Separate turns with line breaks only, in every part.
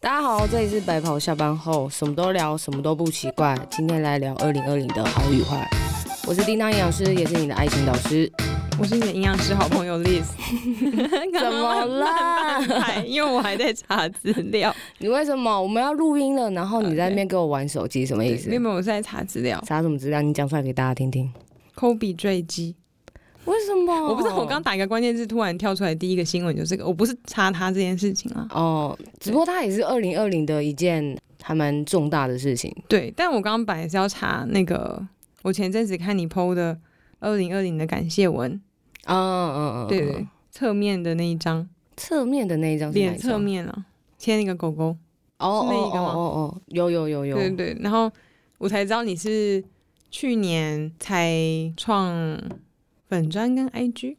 大家好，这里是白袍下班后，什么都聊，什么都不奇怪。今天来聊二零二零的好与坏。我是叮当营养师，也是你的爱情导师。
我是你的营养师好朋友 Liz，
怎么啦？
嗨，因为我还在查资料，
你为什么我们要录音了，然后你在那边给我玩手机，什么意思
没？有没有，我是在查资料。
查什么资料？你讲出来给大家听听。
科比坠机，
为什么？
我不知道，我
哦
刚打一个关键字，突然跳出来第一个新闻就是这个，我不是查他这件事情啊。
哦，只不过它也是二零二零的一件还蛮重大的事情。
对，但我刚刚本来是要查那个，我前阵子看你 PO 的二零二零的感谢文，
嗯嗯嗯，
对对，侧面的那一张，
侧面的那一张是哪一
脸
张
侧面啊，牵一个狗狗，
哦哦
是那一个
哦
吗
哦哦，有有有有，
对对，然后我才知道你是去年才创粉砖跟 IG。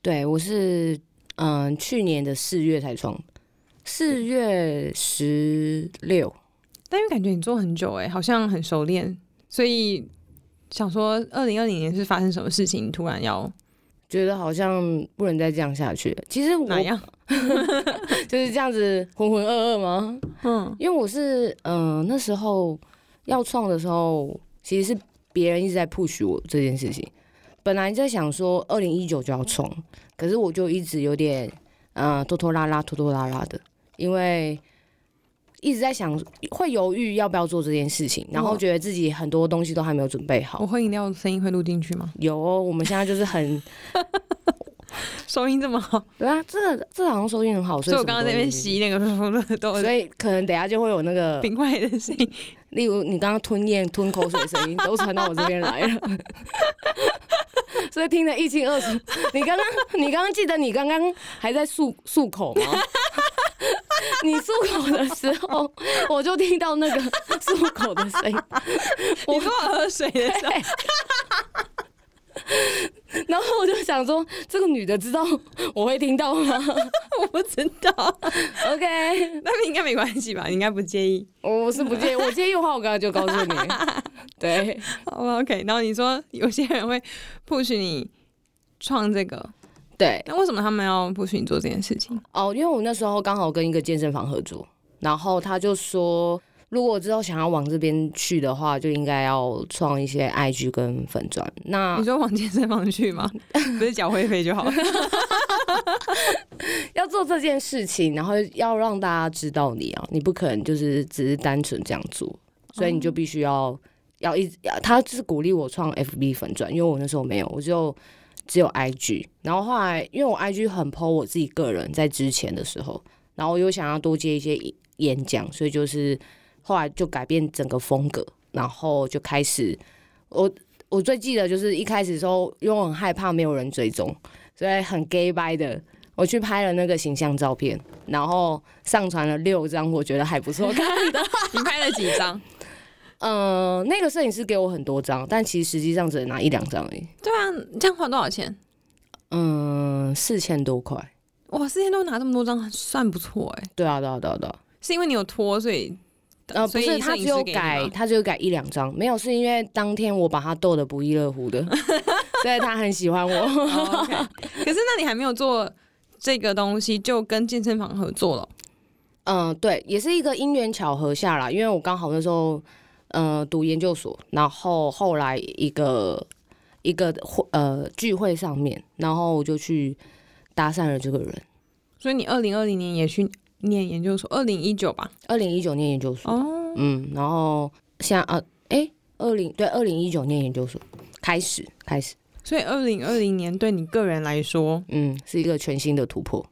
对我是嗯去年的四月才创，四月十六，
但因为感觉你做很久哎、好像很熟练，所以想说，二零二零年是发生什么事情，你突然要
觉得好像不能再这样下去了。其实我
哪样？
就是这样子浑浑噩噩吗？
嗯，
因为我是嗯、呃那时候要创的时候，其实是别人一直在 push 我这件事情。本来在想说二零一九就要冲，可是我就一直有点嗯、呃拖拖拉拉、拖拖拉拉的，因为一直在想会犹豫要不要做这件事情，然后
嗯
觉得自己很多东西都还没有准备
我
好。
喝饮料的声音会录进去吗？
有哦，我们现在就是很
收音这么好，
对啊，这个这个好像收音很好，所
所以
以
我刚刚在那边
什么
吸那个都
都有进去，
是
所以可能等一下就会有那 个
冰块的声音。
例如你刚刚吞咽、吞口水的声音都传到我这边来了， 所以听得一清二楚。你刚刚，你刚刚记得你刚刚还在漱漱口吗？ 你漱口的时候，我就听到那个漱口的声音，
你说我喝水的时候，
然后我就想说，这个女的知道我会听到吗
我不知道，
？OK，
但应该没关系吧？你应该不介意。
我是不介意，我介意的话，我刚刚就告诉你。 对，
好吧，OK。然后你说有些人会 push 你创这个，
对，
那为什么他们要 push 你做这件事情？
哦，因为我那时候刚好跟一个健身房合作，然后他就说，如果之后想要往这边去的话，就应该要创一些 IG 跟粉砖。那
你说往健身房去 吗？不是缴会费就好了。
要做这件事情，然后要让大家知道你啊，你不可能就是只是单纯这样做，所以你就必须要、要一直要，他是鼓励我创 FB 粉砖，因为我那时候没有，我就只有 IG。然后后来因为我 IG 很 PO 我自己个人在之前的时候，然后我又想要多接一些演讲，所以就是后来就改变整个风格，然后就开始我。我最记得就是一开始的时候，因为我很害怕没有人追踪，所以很 gay 掰的，我去拍了那个形象照片，然后上传了六张，我觉得还不 错看。
你拍了几张？
嗯、那个摄影师给我很多张，但其实实际上只能拿一两张而已。
对啊，这样花多少钱？
嗯，四千多块。
哇，四千多拿这么多张，算不错哎、
对啊，对啊，对啊，对啊。
是因为你有拖，所 以
呃，不
所
是，
以
他
摄
只
影师
有
给你吗
改，他只有改一两张，没有，是因为当天我把他逗得不亦乐乎 的，所以他很喜欢我。
哦，OK 可是那你还没有做这个东西，就跟健身房合作了。
嗯，对，也是一个因缘巧合下啦，因为我刚好那时候呃读研究所，然后后来一个一个会呃聚会上面，然后我就去搭讪了这个人。
所以你二零二零年也去念研究所，二零一九吧？
二零一九年研究所，
哦，
嗯，然后像啊，哎，二零对，二零一九年研究所开始开始，
所以二零二零年对你个人来说，
嗯，是一个全新的突破。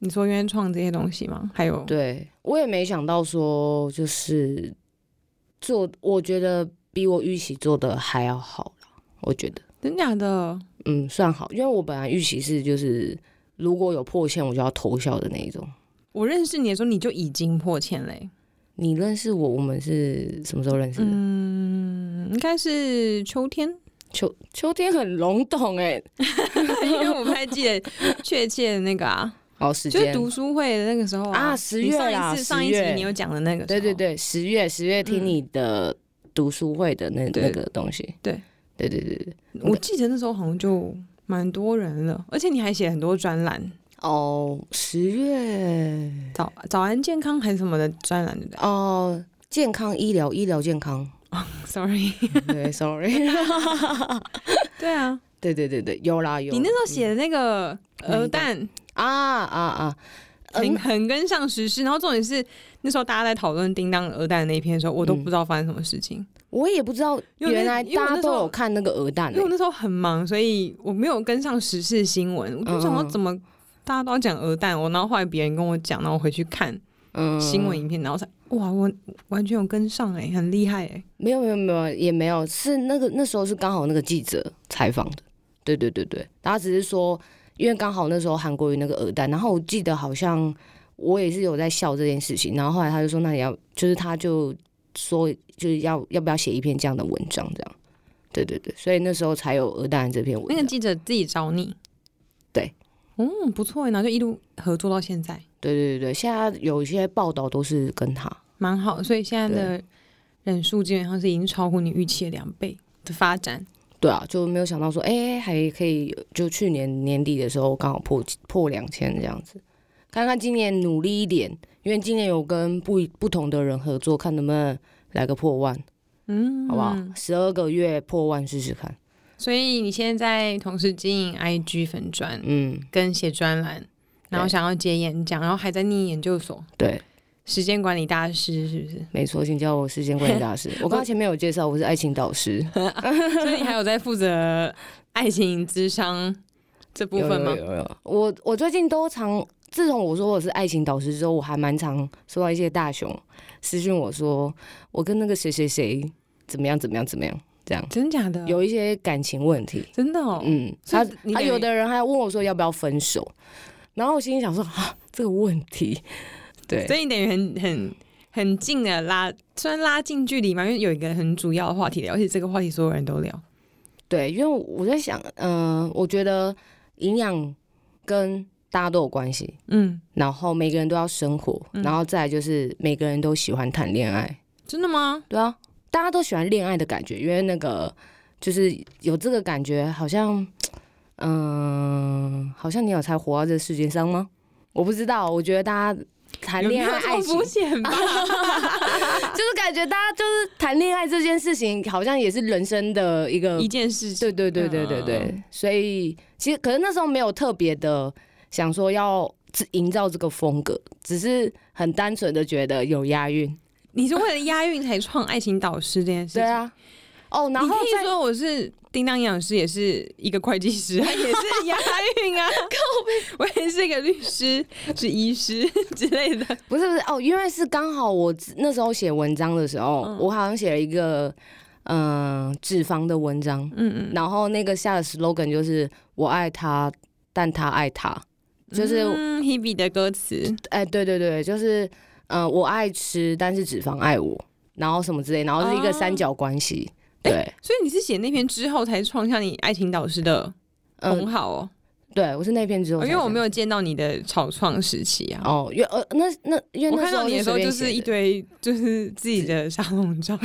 你说因为创这些东西吗？还有，
对我也没想到说，就是做，我觉得比我预期做的还要好啦我觉得。
真假的？
嗯，算好，因为我本来预期是就是如果有破线，我就要偷笑的那一种。
我认识你的时候，你就已经破千嘞、
你认识我，我们是什么时候认识的？
嗯，应该是秋天，
秋秋天很笼统哎、
因为我不太记得确切的那个啊。
哦，时
就是
间
读书会的那个时候
啊十
你
月啦
上一次上一
十
集
月
你有讲的那个时候，
对对对，十月十月听你的读书会的那、
对
那个东西，
对
对对对对
我记得那时候好像就蛮多人了，而且你还写很多专栏，
哦，十月
早早安健康还是什么的专栏，对不对
哦，健康医疗，医疗健 康。
？Sorry，
对，sorry，
对啊，
对对对对，有啦有。
你那时候写的那个
哪一
鹅
个
蛋
啊啊啊，嗯
很很跟上时事，然后重点是那时候大家在讨论叮当鹅蛋那一篇的时候，我都
嗯
不知道发生什么事情，
我也不知道，
因为
原来
因为我
大
那
家
时
都
候
有看那个鹅蛋
因
欸
为我那时候很忙，所以我没有跟上时事新闻，我就想说
嗯嗯
怎么大家都要讲鹅蛋，我然后后来别人跟我讲，然后我回去看
嗯
新闻影片，然后才哇，我完全有跟上哎、很厉害哎、
没有没有没有也没有，是那个那时候是刚好那个记者采访的，对对对对，他只是说，因为刚好那时候韩国瑜那个鹅蛋，然后我记得好像我也是有在笑这件事情，然后后来他就说，那你要就是他就说就是要要不要写一篇这样的文章这样，对对对，所以那时候才有鹅蛋这篇文
那
章，
个记者自己找你，
对，
嗯，不错欸，然后就一路合作到现在，
对对对对，现在有一些报道都是跟他，
蛮好。所以现在的人数基本上是已经超乎你预期的两倍的发展。
对啊，就没有想到说，哎、还可以，就去年年底的时候刚好破破两千这样子。看看今年努力一点，因为今年有跟不不同的人合作，看能不能来个破万，
嗯，
好不好？十二、个月破万试试看。
所以你现在同时经营 IG 粉专
嗯，
跟写专栏，然后
对
想要接演讲，然后还在念研究所，
对，
时间管理大师是不是？
没错，请叫我时间管理大师。我刚刚前面有介绍，我是爱情导师，
所以你还有在负责爱情智商这部分吗？
有有有有我我最近都常，自从我说我是爱情导师之后，我还蛮常收到一些大熊私讯我说，我跟那个谁谁谁怎么样怎么样怎么样这样。
真假的？
有一些感情问题。
真的嗯哦。
嗯，
所
他
以你
他
等于
有的人还问我说要不要分手，然后我心里想说啊，这个问题，对
所以你等于很很很近的拉，虽然拉近距离嘛，因为有一个很主要的话题聊，而且这个话题所有人都聊。
对，因为我在想，嗯、我觉得营养跟大家都有关系，
嗯，
然后每个人都要生活，
嗯
然后再来就是每个人都喜欢谈恋爱，
真的吗？
对啊，大家都喜欢恋爱的感觉，因为那个就是有这个感觉，好像，嗯、好像你有才活到这个世界上吗？我不知道，我觉得大家谈恋爱爱
有没有这么
情
肤 浅吧？
就是感觉大家就是谈恋爱这件事情，好像也是人生的一个
一，嗯件事情，
对对对对对对。所以其实可是那时候没有特别的想说要制营造这个风格，只是很单纯的觉得有押韵。
你是为了押韵才创爱情导师这件事情。
对，啊，哦，然
你
后
可以
再
说我是叮当营养师，也是一个会计师，啊 他也是押韵 啊。我也是一个律师，是医师之类的。
不是不是哦，因为是刚好我自那时候写文章的时
嗯
候，我好像写了一个嗯、呃脂肪的文章，
嗯嗯，
然后那个下的 slogan 就是我爱他，但他爱他，就是。
嗯 Hebe 的歌词，
哎，对对对，就是呃，我爱吃，但是脂肪爱我，然后什么之类，然后是一个三角关
哦
系。对，
所以你是写那篇之后才创下你爱情导师的
嗯、
很好哦，
对我是那篇之后
哦
才
因
这
为
样，
我没有见到你的草创时期啊。
哦，因为呃，那那因为
我
那
看到你的时
随
候
便
就是
写
一
的
堆就是自己的沙龙 照，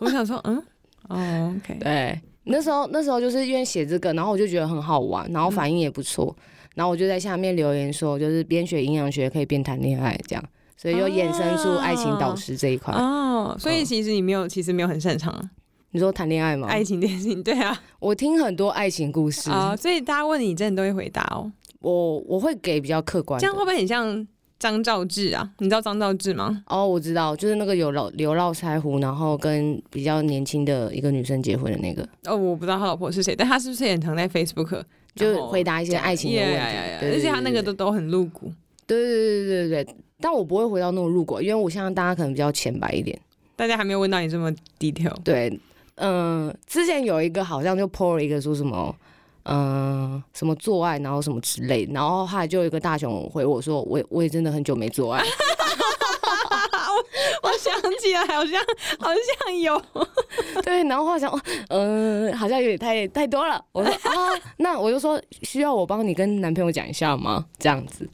我想说，嗯，哦，OK，
对。那时候，那时候就是因为写这个，然后我就觉得很好玩，然后反应也不错，然后我就在下面留言说，就是边学营养学可以边谈恋爱这样，所以就衍生出爱情导师这一块。
哦，所以
嗯
其实你没有，其实没有很擅长
你说谈恋爱吗？
爱情这件事情，对啊，
我听很多爱情故事，
啊，所以大家问你，你真的都会回答哦，
我我会给比较客观的，
这样会不会很像张兆志啊？你知道张兆志吗？
哦，我知道，就是那个有老流浪腮胡，然后跟比较年轻的一个女生结婚的那个，
哦，我不知道他老婆是谁，但他是不是也很常在 Facebook
就回答一些爱情的问题。对
而且他那个都都很露骨。
对对对对对对，但我不会回到那种入果，因为我相信大家可能比较浅白一点。
大家还没有问到你这么 detail，
对，嗯、之前有一个好像就 po 了一个说什么。嗯，什么做爱，然后什么之类，然后后来就有一个大熊回我说，我也我也真的很久没做爱，
我想起来，好像好像有，
对，然后后来想，哦嗯、好像有点太太多了。我说啊，那我就说需要我帮你跟男朋友讲一下吗？这样子，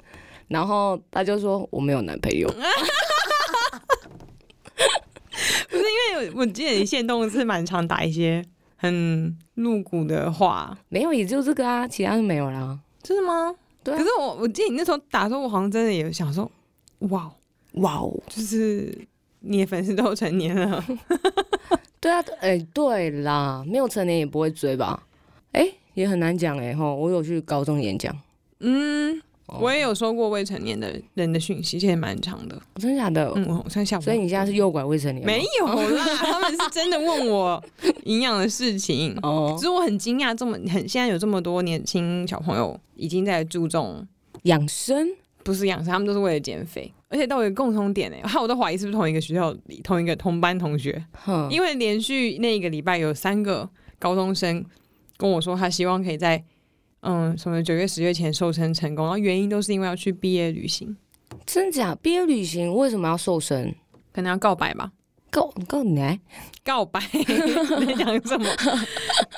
然后他就说我没有男朋友。
不是因为我记得你现动是蛮常打一些很露骨的话，
没有，也就这个啊，其他都没有啦。
真的吗？
对啊
可是我我记得你那时候打的时候，我好像真的也想说，哇，
哇哦，
就是你的粉丝都成年了，
对啊，哎、对啦，没有成年也不会追吧？哎、也很难讲哎吼，我有去高中演讲，
嗯，
哦
我也有收过未成年的人的讯息，其实也蛮长的。
真的假的？
嗯，我现在想不
哦
到，
所以你现在是诱拐未成年吗？
没有 啦，他们是真的问我营养的事情。
哦
只，是我很惊讶，这么很现在有这么多年轻小朋友已经在注重
养生
不是养生，他们都是为了减肥，而且都有一个共同 点哎、欸，害我都怀疑是不是同一个学校里同一个同班同学，
哼，
因为连续那一个礼拜有三个高中生跟我说，他希望可以在嗯什么九月十月前瘦身成功，然后原因都是因为要去毕业旅行，
真假？毕业旅行为什么要瘦身？
可能要告白吧。
告告你来，
告白在讲什么？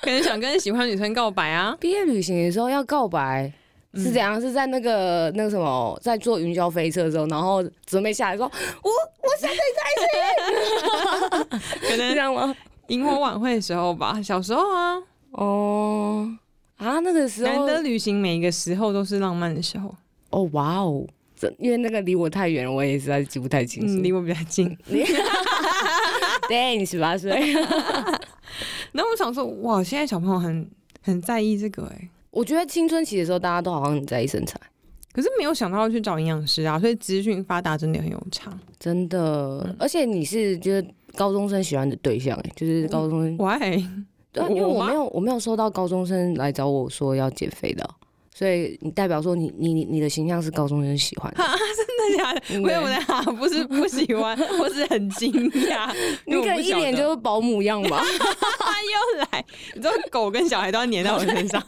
可能想跟喜欢的女生告白啊？
毕业旅行的时候要告白。
嗯
是怎样？是在那个那个什么，在坐云霄飞车的时候，然后准备下来说
可：“
是这
能
样吗
萤火晚会的时候吧，小时候啊，？”
哦，啊，那个时
难
候，
得旅行，每一个时候都是浪漫的时候。
哦，哇哦，这因为那个离我太远了，我也实在记不太清
嗯，离
楚。
我比较近。
对，你十八岁，
然后我想说，哇，现在小朋友很很在意这个哎、
我觉得青春期的时候，大家都好像很在意身材，
可是没有想到要去找营养师啊，所以资讯发达真的很有差。
真
嗯
的。而且你是就是高中生喜欢的对象、哎，就是高中生，
Why？
对啊，因为
嗯我
我
吗
没有我没有收到高中生来找我说要减肥的，啊所以你代表说你你你你的形象是高中生喜欢的。
真的假的？
嗯
没有的啊，不是不 喜欢，我只是很惊讶。
你
因为我
可能
不
一
晓
脸
得
就是保姆样吧，
他又来，你知道狗跟小孩都要黏在我身上，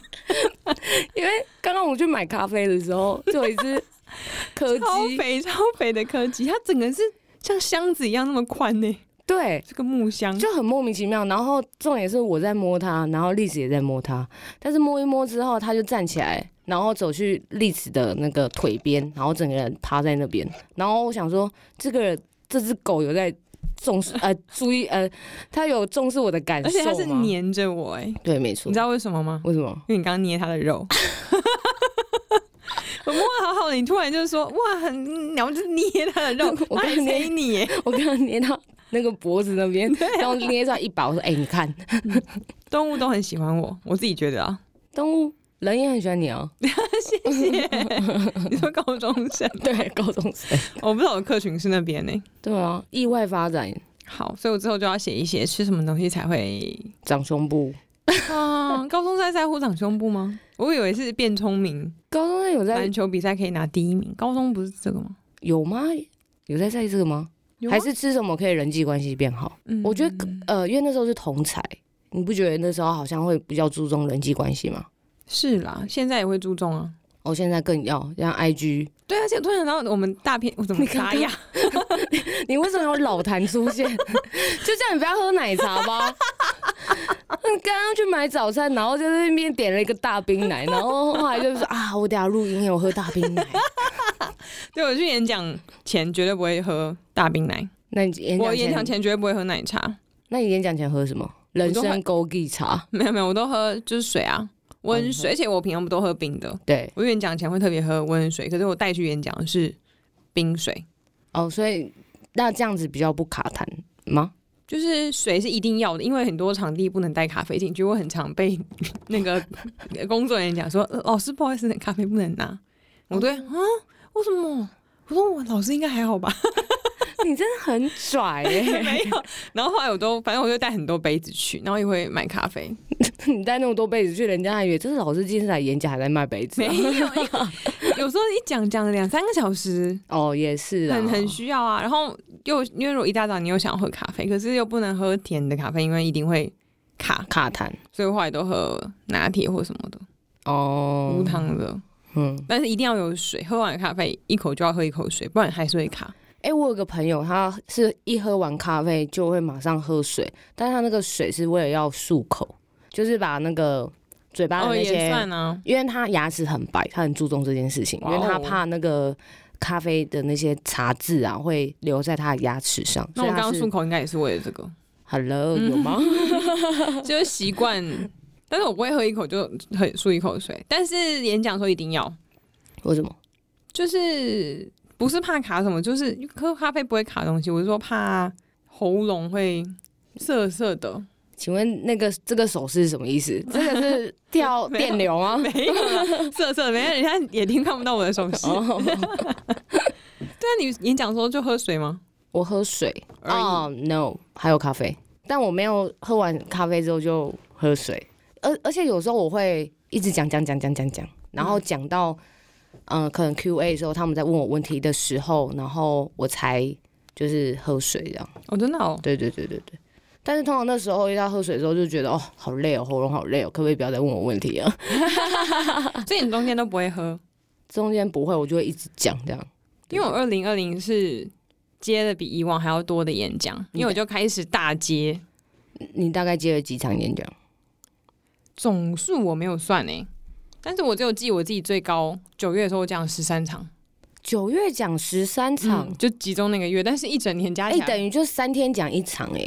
因为刚刚我去买咖啡的时候，就有一只柯
超
基，
肥超肥的柯基，它整个是像箱子一样那么宽呢、
对，
这个木箱。
就很莫名其妙。然后重点是我在摸它，然后栗子也在摸它，但是摸一摸之后，它就站起来，然后走去栗子的那个腿边，然后整个人趴在那边。然后我想说，这个这只狗有在重视呃注意呃，它有重视我的感受
而且它是
吗？
黏着我哎、
对，没错。
你知道为什么吗？
为什么？
因为你刚刚捏它的肉。我摸得好好的，你突然就说哇，很，然后就捏它的肉，
我
它还
刚捏
塞你耶，
我刚刚捏到那个脖子那边，
啊
然后捏到一把，我说：“哎、你看，
动物都很喜欢我，我自己觉得啊。
动物人也很喜欢你哦。
谢谢。 你说高中生，”
对，高中生。
我不知道我客群是那边呢、
对啊，意外发展，
好，所以我之后就要写一写吃什么东西才 会。
长胸部。
啊，高中在在乎长胸部吗？我以为是变聪明，
高中生有在
篮球比赛可以拿第一名。高中不是这个吗？
有吗？有在在意这个吗？
有吗
还是吃什么可以人际关系变好？
嗯
我觉得呃，因为那时候是同才，你不觉得那时候好像会比较注重人际关系吗？
是啦，现在也会注重啊。
我、现在更要像 IG，
对啊，而且突然想到我们大片，我怎么
你刚
打
刚
呀？
你为什么有老痰出现？ 就叫你不要喝奶茶吧。你刚刚去买早餐，然后就在那边点了一个大冰奶，然后后来就说啊，我等下录音有喝大冰奶。
对我去演讲前绝对不会喝大冰奶，
那你演
我
讲
演讲
前，
前绝对不会喝奶茶。
那你演讲前喝什么？人
我都
参
还
枸杞茶。
没有没有，我都喝就是水啊，温水，而且我平常不都喝冰的。
对，
我演讲前会特别喝温水，可是我带去演讲的是冰水，
哦，所以那这样子比较不卡痰吗？
就是水是一定要的，因为很多场地不能带咖啡进去，我很常被 那个工作人员讲说，呃老师不好意思，咖啡不能拿。我对啊，为什么？我说我老师应该还好吧，
你真的很拽耶、
没有。 然后后来我都，反正我就带很多杯子去，然后也会买咖啡。
你带那么多杯子去，人家还以为这是老师今天来演讲还在卖杯子、
没
啊。
有，因为 有时候一讲讲两三个小时，
哦，也是啊，
很很需要啊。然后又因为如果一大早你又想喝咖啡，可是又不能喝甜的咖啡，因为一定会卡，
卡痰
所以我后来都喝拿铁或什么的，
哦，
无糖的。
嗯，
但是一定要有水，喝完咖啡一口就要喝一口水，不然还是会卡。
哎、我有个朋友，他是一喝完咖啡就会马上喝水，但是他那个水是为了要漱口，就是把那个嘴巴的
哦，
那
也
些，
算啊，
因为他牙齿很白，他很注重这件事情，因为
哇
他
哦
怕那个咖啡的那些茶渍啊会留在他的牙齿上。
那
所
我
以他
刚刚
是
漱口应该也是为了 这个，
Hello，有吗？
就是习惯。但是我不会喝一口就喝漱一口水，但是演讲说一定要，
为什么？
就是不是怕卡什么，就是喝咖啡不会卡东西，我是说怕喉咙会涩涩的。
请问那个这个手势是什么意思？ 这个是跳
没有
电流 吗？
没有啦涩涩，没有，人家也听看不到我的手势。对
哦，
啊，你演讲的时候就喝水吗？
我喝水
而已
哦 n o 还有咖啡，但我没有喝完咖啡之后就喝水，而而且有时候我会一直讲讲讲讲讲讲，然后讲到嗯、呃可能 Q&A 的时候，他们在问我问题的时候，然后我才就是喝水这样。
哦，真的哦，
对对对对对。但是通常那时候一到喝水的时候就觉得哦好累哦喉咙好累哦，可不可以不要再问我问题啊？
所以你中间都不会喝。
中间不会，我就会一直讲这样。
因为我二零二零是接的比以往还要多的演讲，因为我就开始大接，
你大概接了几场演讲？
总数我没有算哎、但是我只有记我自己最高九月的时候我讲十三场，
九月讲十三场，
嗯就集中那个月，但是一整年加
哎、
起来，
等于就三天讲一场哎、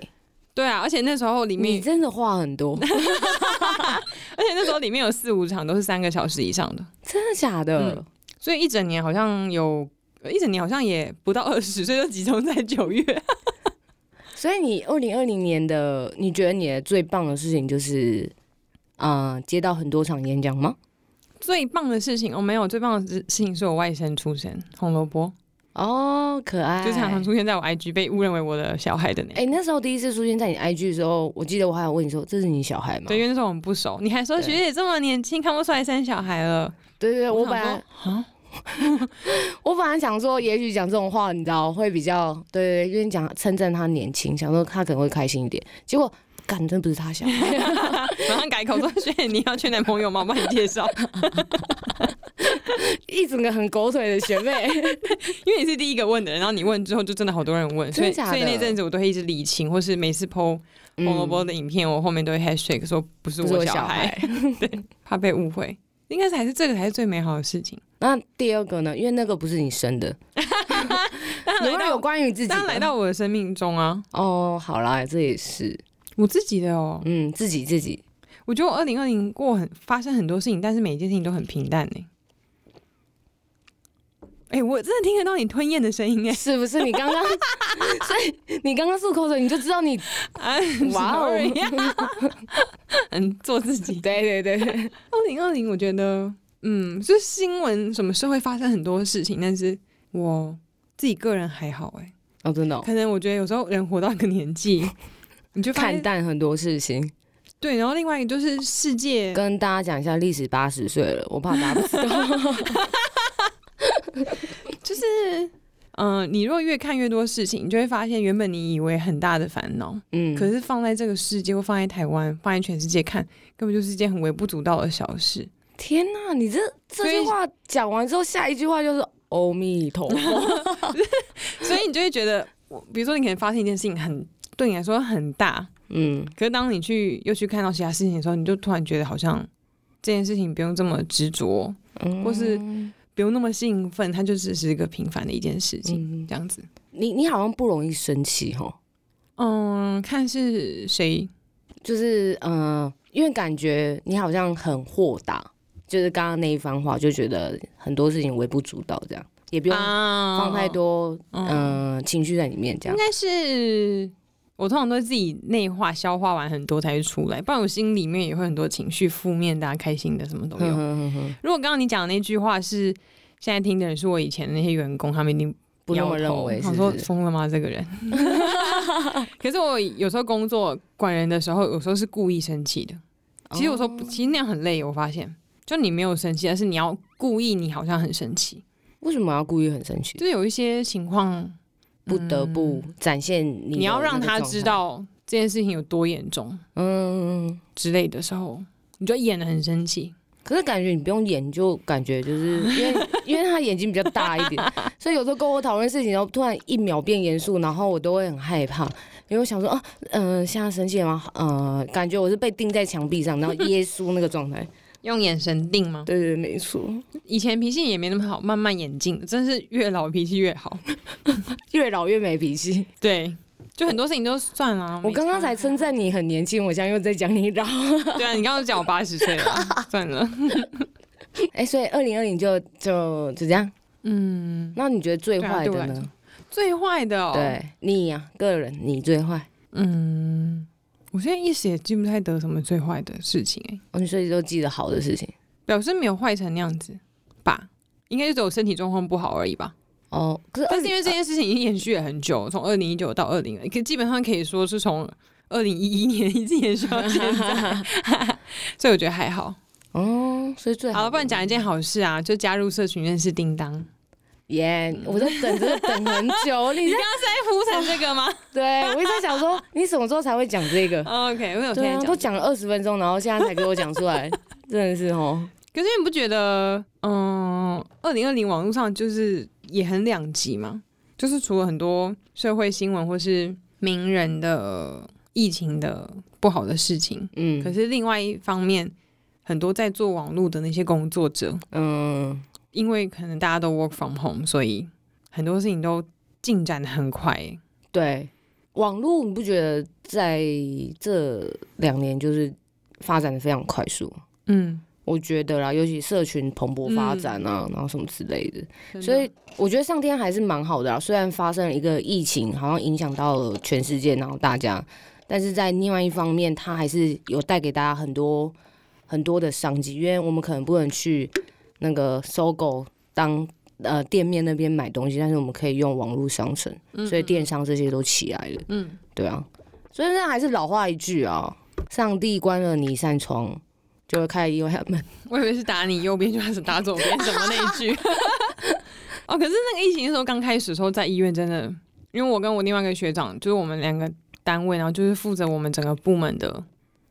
对啊，而且那时候里
你
面，
真的话很 多，
而且那时候里面有四五场都是三个小时以上的，
真的假的？
嗯所以一整年好像有。呃一整年好像也不到二十，所以就集中在九月。
所以你二零二零年的，你觉得你的最棒的事情就是，呃，接到很多场演讲吗？
最棒的事情，哦，没有最棒的事情是我外甥出生红萝卜，
哦，可爱。
就常常出现在我 IG 被误认为我的小孩的那
哎、那时候第一次出现在你 IG 的时候，我记得我还有问你说：“这是你小孩吗？”
对，因为那时候我们不熟，你还说
对
学姐这么年轻，看不出来生小孩了。
对对对，我
想
本来
说啊，
我本来想说，也许讲这种话，你知道会比较对对对，因为讲称赞他年轻，想说他可能会开心一点。结果，干，真不是他小孩，
马上改口说学姐你要缺男朋友吗？我帮你介 绍，
一整个很狗腿的学 妹。
因为你是第一个问的人，然后你问之后就真的好多人问，所以
真假
所
的
以那阵子我都会一直理清，或是每次 PO
嗯
红萝卜的影片，我后面都会 hashtag 说不是
不是
我
我
小
小
孩，
孩。
怕被误会。应该是还是这个才是最美好的事情。
那第二个呢？因为那个不是你生的，
当然
有
来
没有
到
关于自己的？
当然来到我的生命中啊，
哦，好啦，这也是，
我自己的哦，
嗯，自己自 己，
我觉得我二零二零过很发生很多事情，但是每一件事情都很平淡呢、哎、我真的听得到你吞咽的声 音哎、
是不是？你刚 刚，所以你刚刚漱口水，你就知道你，哇 哦
sorry 嗯，做自己。
对对对，
二零二零，我觉得，嗯，就是新闻什么社会发生很多事情，但是我自己个人还好哎、
哦，真的哦、
可能我觉得有时候人活到一个年 纪，你就发
看
现
淡很多事情。
对，然后另外一个就是世界，
跟大家讲一下，历史八十岁了，我怕大家不知道。
就是。嗯、你若越看越多事情，你就会发现原本你以为很大的烦恼，
嗯，
可是放在这个世界，或放在台湾，放在全世界看，根本就是一件很微不足道的小事。
天哪、你这这
所以
句话讲完之后，下一句话就是“阿弥陀佛。
所以你就会觉得，我比如说你可能发现一件事情很对你来说很大，”
嗯，
可是当你去又去看到其他事情的时候，你就突然觉得好像这件事情不用这么执着，
嗯
或是不用那么兴奋，它就只是一个平凡的一件事情，
嗯，
这样子。
你你好像不容易生气哦，
嗯，看是谁，
就是嗯、呃因为感觉你好像很豁达，就是刚刚那一番话，就觉得很多事情微不足道，这样也不用
啊
放太。多
嗯
嗯、呃情绪在里面，这
应
样。
该是我通常都是自己内化、消化完很多才会出来，不然我心里面也会很多情绪，负面的、啊、开心的，什么都有。
嗯哼哼哼
如果刚刚你讲的那句话是现在听的人是我以前的那些员工，他们一定
不那
摇
么认
头
为，是
想说
不是？
疯了吗？这个人。 可是我有时候工作管人的时候，有时候是故意生气的。其实有时候，
哦
其实那样很累。我发现，就你没有生气，但是你要故意，你好像很生气。
为什么要故意很生气？
就是有一些情况，
不得不展现你的
嗯你要让
那个
他
状
知
态，
道这件事情有多严重。
嗯，嗯嗯
之类的时候，你就演的很生气。
可是感觉你不用演，就感觉 就是因为因为他眼睛比较大一点，所以有时候跟我讨论事情，然后突然一秒变严肃，然后我都会很害怕，因为我想说啊，嗯、现在生气了吗？呃，感觉我是被钉在墙壁上，然后耶稣那个状 态。
用眼神定吗？
对对，没错，
以前脾气也没那么好，慢慢演进，真是越老脾气越好。
越老越没脾气。
对，就很多事情都算了、
我刚刚才称赞你很年轻，我现在又在讲你老。
对啊，你刚刚讲我八十岁了，算了。
哎、所以二零二零就就就这样。
嗯，
那你觉得最
对啊
坏
对
的
我来
呢
说？最坏的哦，
对,、，你呀、个人你最坏，
嗯，我现在一时也记不太得什么最坏的事情、欸，
哦，你所以都记得好的事情。
表示没有坏成那样子吧？应该就只有身体状况不好而已吧。
哦，可是
但是因为这
20
件事情已经延续了很久，从二零一九到二零，可基本上可以说是从二零一一年 一直延续到现在， 所以我觉得还好。
哦，所以最
好
好
了，不然讲一件好事啊，就加入社群认识叮当。
耶
嗯
我在等这个等很久， 你在
铺成这 个吗
对我一直在想说，你什么时候才会讲这 个？
？OK，我有现
对
在
啊，
讲
都。讲了二十分钟，然后现在才给我讲出 来，真的是哦。
可是你不觉得，嗯，二零二零网络上就是也很两极嘛？就是除了很多社会新闻或是名人的疫情的不好的事情，可
嗯
是另外一方面，很多在做网络的那些工作者，
嗯，
因为可能大家都 work from home，所以很多事情都进展的很快、欸
对，网络你不觉得在这两年就是发展的非常快速吗？
嗯，
我觉得啦，尤其社群蓬勃发展啊，然后什么之类的，
嗯
所以我觉得上天还是蛮好的啊。虽然发生了一个疫情，好像影响到了全世界，然后大家，但是在另外一方面，它还是有带给大家很多很多的商机，因为我们可能不能去那个搜狗当呃店面那边买东西，但是我们可以用网络商城，所以电商这些都起来了。
嗯，
对啊，所以那还是老话一句啊，上帝关了你一扇窗，就会开一扇门。
我以为是打你右边就是打左边什么那一句。 哦，可是那个疫情的时候刚开始的时候，在医院真的，因为我跟我另外一个学长，就是我们两个单位，然后就是负责我们整个部门的，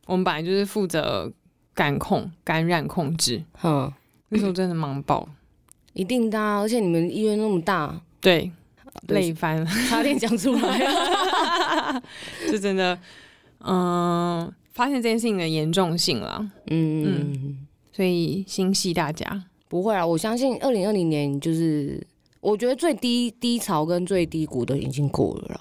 我们本来就是负责感控、感染控制，
哼，
那时候真的忙爆，
一定的、啊，而且你们医院那么大，
对，
对
累翻了，
差点讲出来。
就真的，嗯、发现这件事情的严重性啦，
嗯，
所以心系大家，
不会啊，我相信二零二零年就是，我觉得最低低潮跟最低谷都已经过了啦。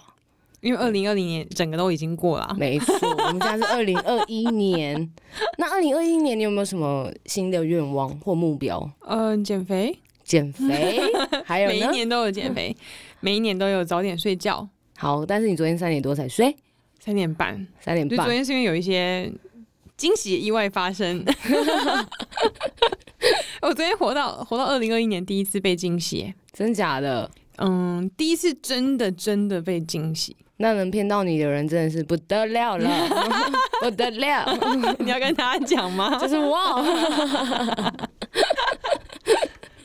因为二零二零年整个都已经过了 啊，
没错，我们现在是二零二一年，那二零二一年你有没有什么新的愿望或目标？
嗯、减肥。
减肥，还有
每一
呢？嗯
年都有减肥，每一年都有早点睡觉，
好，但是你昨天三点多才睡，
三点半。
三点
就昨
半。
天是因为有一些惊喜意外发生， 我昨天活到活到二零二一年第一次被惊喜耶，
真假的？
嗯，第一次真的真的被 惊喜。
那能骗到你的人真的是不得了 了，不得了，
你要跟大家讲 吗？
就是我，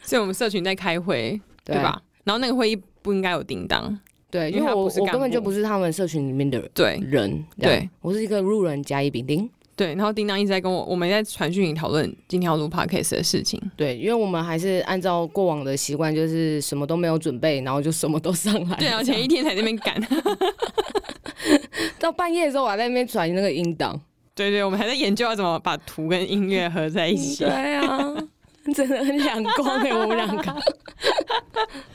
所以我们社群在开会， 对
对？
吧？然后那个会议不应该有叮当，
对，
因
因
为
为
他
我
不是
我
干
根本就
部
不是他们社群里面的
对
人，这样
对
我是一个路人甲乙丙丁。
对。然后叮当一直在跟我，我们在传讯里讨论今天要录 podcast 的事情。
对，因为我们还是按照过往的习惯，就是什么都没有准备，然后就什么都上来。
对啊，前一天才在那边赶。
到半夜的时候，我还在那边传那个音档。
对对，我们还在研究要怎么把图跟音乐合在一起
对。啊， 真的很两光哎，我们两个。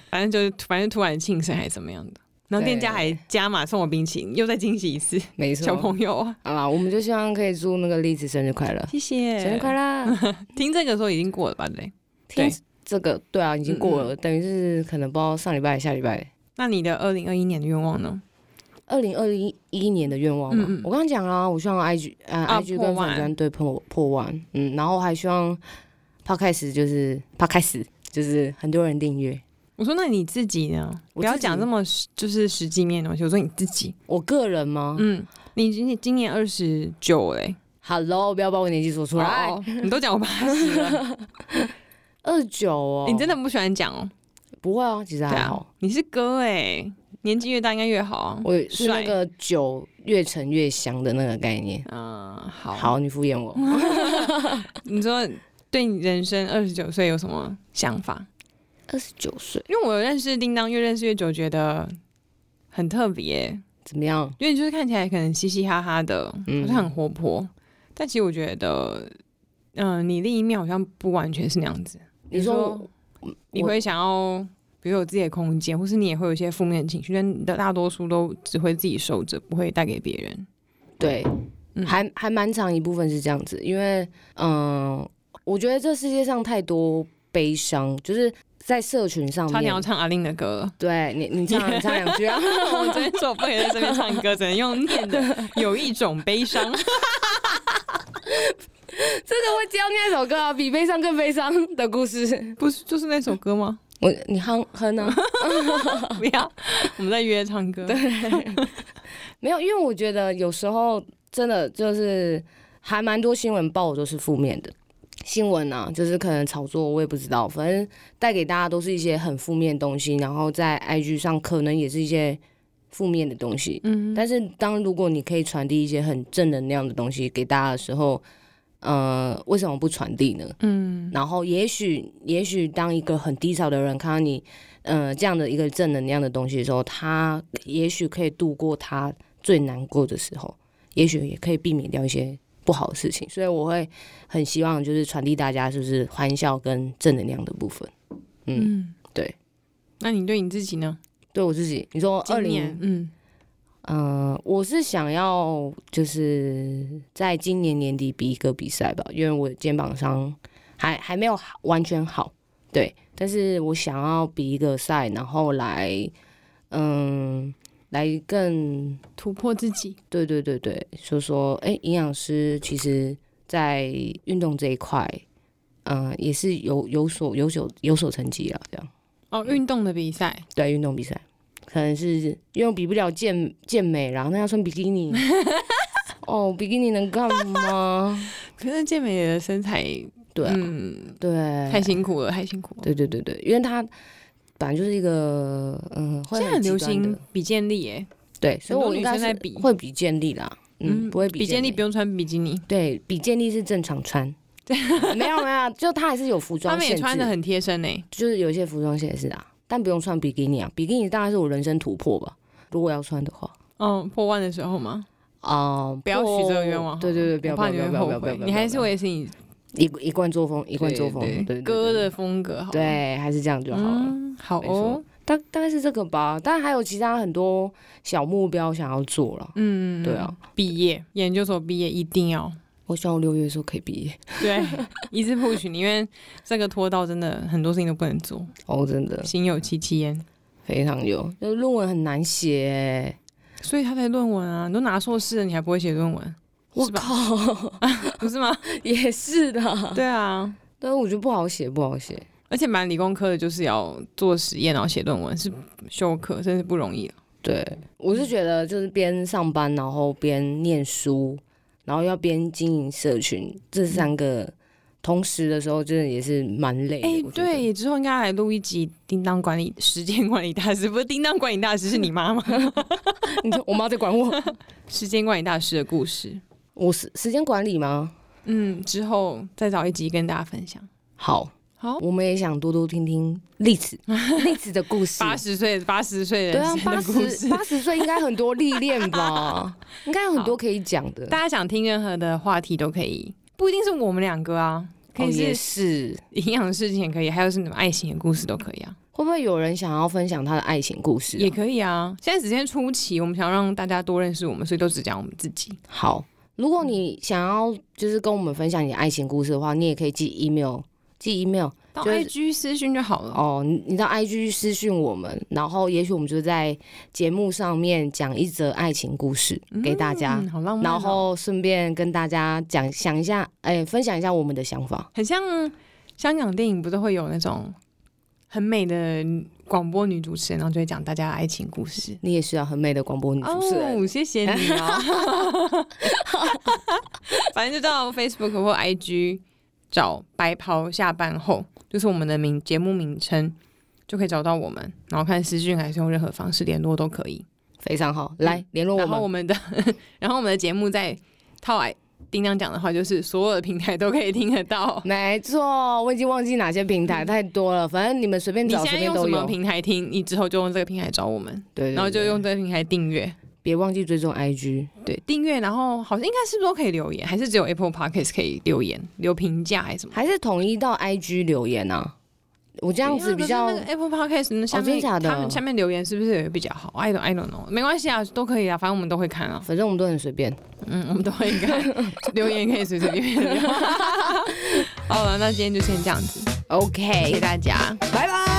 反正就是反正突然庆生还是怎么样的。然后店家还加码送我冰淇淋，又再惊喜一次，
没
小
错。
朋友啊，
好啦，我们就希望可以祝那个栗子生日快乐，
谢谢，
生日快乐。
听这个时候已经过了吧？对不对，
听
对
这个 对啊，已经过了，等于是可能不知道上礼拜、下礼拜，
那你的二零二一年的愿望呢？
二零二零一年的愿望嘛。
嗯嗯
我刚刚讲啦，我希望 IG 呃、
啊
IG
破
跟
万
粉专对破破万，嗯，然后还希望 Podcast 就是 Podcast 就是很多人订阅。
我说那你自己呢？
我
不要
自己
讲这么实就是实际面的东西，我说你自己，
我个人吗、
嗯，你你今年二十九嘞，
h e l l o 不要把我年纪说出来，
哦，你都讲我八十了，
二九哦，
你真的不喜欢讲哦？
不会啊？其实
对
还
啊
好，，
你是哥哎，年纪越大应该越好啊。
我是那
帅
个酒越陈越香的那个概念。
嗯，好，嗯
好，你敷衍我。
你说对你人生二十九岁有什么想法？
二十九岁
因为我认识叮当，越认识越久，觉得很特别，
怎么样？
因为就是看起来可能嘻嘻哈哈的，
嗯
好像很活泼，但其实我觉得，嗯、你另一面好像不完全是那样子。
你
比如
说
你会想要，比如有自己的空间，或是你也会有一些负面情绪，但你的大多数都只会自己受着，不会带给别人。
对，
嗯
还还蛮长一部分是这样子，因为嗯、我觉得这世界上太多悲伤，就是在社群上
差点要
面。
唱阿令的歌了。
对你，你唱你唱两句啊！
我真的说不可以在这边唱歌，只能用念的，有一种悲伤。
真的会教那首歌啊，比悲伤更悲伤的故事。
不是就是那首歌吗？
我你哼哼啊，
不要，我们在约唱歌。
没有，因为我觉得有时候真的就是还蛮多新闻报的都是负面的新闻啊，就是可能炒作，我也不知道，反正带给大家都是一些很负面的东西，然后在 IG 上可能也是一些负面的东西。
嗯，
但是当如果你可以传递一些很正能量的东西给大家的时候，呃，为什么不传递呢？
嗯，
然后也许也许当一个很低潮的人看到你，呃，这样的一个正能量的东西的时候，他也许可以度过他最难过的时候，也许也可以避免掉一些不好的事情。所以我会很希望就是传递大家就是欢笑跟正能量的部分。嗯，
嗯，
对。
那你对你自己呢？
对我自己，你说二
今
零
年，嗯，
嗯，我是想要就是在今年年底比一个比赛吧，因为我的肩膀伤还还没有好完全好，对，但是我想要比一个赛，然后来嗯来更
突破自己。
对对对对，说说哎，营养师其实在运动这一块，嗯、也是有有所有所有所成绩了，这样
哦，运动的 比赛，
对运动比赛，可能是因为我比不了健健美啦，那要穿比基尼。 哦，比基尼能干嘛？
可是健美的身材，
对啊，
嗯，太
对，
辛苦了，太辛苦了。
对对对对，因为它本来就是一个嗯，会
现在很
极
流
端
行
的，
比健力，哎，
对，所以
很多
我
女
应该
生在
是
比
会比健力啦，嗯，不会
比
健
健力
美
不用穿比基尼，
对，比健力是正常穿。没有没有，就它还是有服
他
装
们
限
也
制，
穿的很贴身哎。
就是有一些服装限制啊，但不用穿比基尼啊，比基尼当然是我人生突破吧，如果要穿的话。
哦，破万的时候吗？
啊、
不要许这个愿望好了，
对对对，不要
我
不
怕
要
你
不要
会
不要不
后
要不
悔
要，。
你还是
不要
会是你
一一贯作风，一贯作风，对对对
歌的风格好，
对，还是这样就好了。
嗯，好
没错
哦，
大大概是这个吧，但还有其他很多小目标想要做了。
嗯，
对啊，
毕业研究所毕业一定 要
我希望我六月的时候可以毕业。
对一直 push，你因为这个拖到真的很多事情都不能做，
哦，真的
心有戚戚焉，
非常有，就是论文很难写欸、
所以他才论文啊，你都拿硕士了，你还不会写 论文，
我
是吧
靠，
不是吗？
也是的。
对啊，
但是我觉得不好写，不好写。
而且蛮理工科的，就是要做实验，然后写论文是修课，真是不容易了。
对，我是觉得就是边上班，然后边念书，然后要边经营社群，这三个同时的时候，真的也是蛮累的。
哎、
我觉得
对，之后应该来录一集《叮当管理时间管理大师》，不是《叮当管理大师》，是你妈 妈《
你说我妈在管 我，
时间管理大师》的故事。
我时时间管理吗？
嗯，之后再找一集跟大家分享。
好，
好，
我们也想多多听听栗 子栗子的故事。
八十岁八十岁
对
人
啊，
生
八
的故
十
事。
八十岁应该很多历练 吧，应该有很多可以讲的。哦
大家想听任何的话题都可以，不一定是我们两个啊，可
哦，也
以是
是，
营养事情也可以，还有是什么爱情的故事都可以啊，
会不会有人想要分享他的爱情故事啊、
也可以啊。现在只是初期，我们想让大家多认识我们，所以都只讲我们自己。
好，如果你想要就是跟我们分享你的爱情故事的话，你也可以寄 email，寄 email
到
就是
IG 私讯就好了。
哦，你你到 IG 私讯我们，然后也许我们就在节目上面讲一则爱情故事给大家，
嗯、好浪漫哦、
然后顺便跟大家讲想一下，哎、分享一下我们的想法。
很像香港电影，不是会有那种很美的广播女主持人，然后就会讲大家的爱情故事。
你也是啊，很美的广播女主持人。
哦，谢谢你啊！ 反正就到 Facebook 或 IG 找“白袍下班后”，就是我们的名节目名称，就可以找到我们。然后看私讯还是用任何方式联络都可以。
非常好，来联哦络我
然后
们
我。们的， 然后我们的节目在套矮叮当讲的话，就是所有的平台都可以听得到。
没错，我已经忘记哪些平台太多了，反正嗯你们随便
嗯你
找
现
随
在
便
用
都
什么
有。对
平台听，你之后就用这个平台找我们，
对对
然后就用这个平台订阅。
别忘记追踪 IG。
对，订阅，然后好像应该是不是都可以留言，还是只有 Apple Podcast 可以留言、留评价还是什么？
还是统一到 IG 留言啊？我这样子比较哦
啊没有可是那个 Apple Podcast 呢下
真
面、
的假的
他们下面留言是不是也比较好？I don't I don't know，没关系啊，都可以啊，反正我们都会看啊。
反正我们都很随便，
嗯，我们都会看 留言，可以随随便 便留。好了，那今天就先这样子，谢谢
OK，
大家，
拜拜。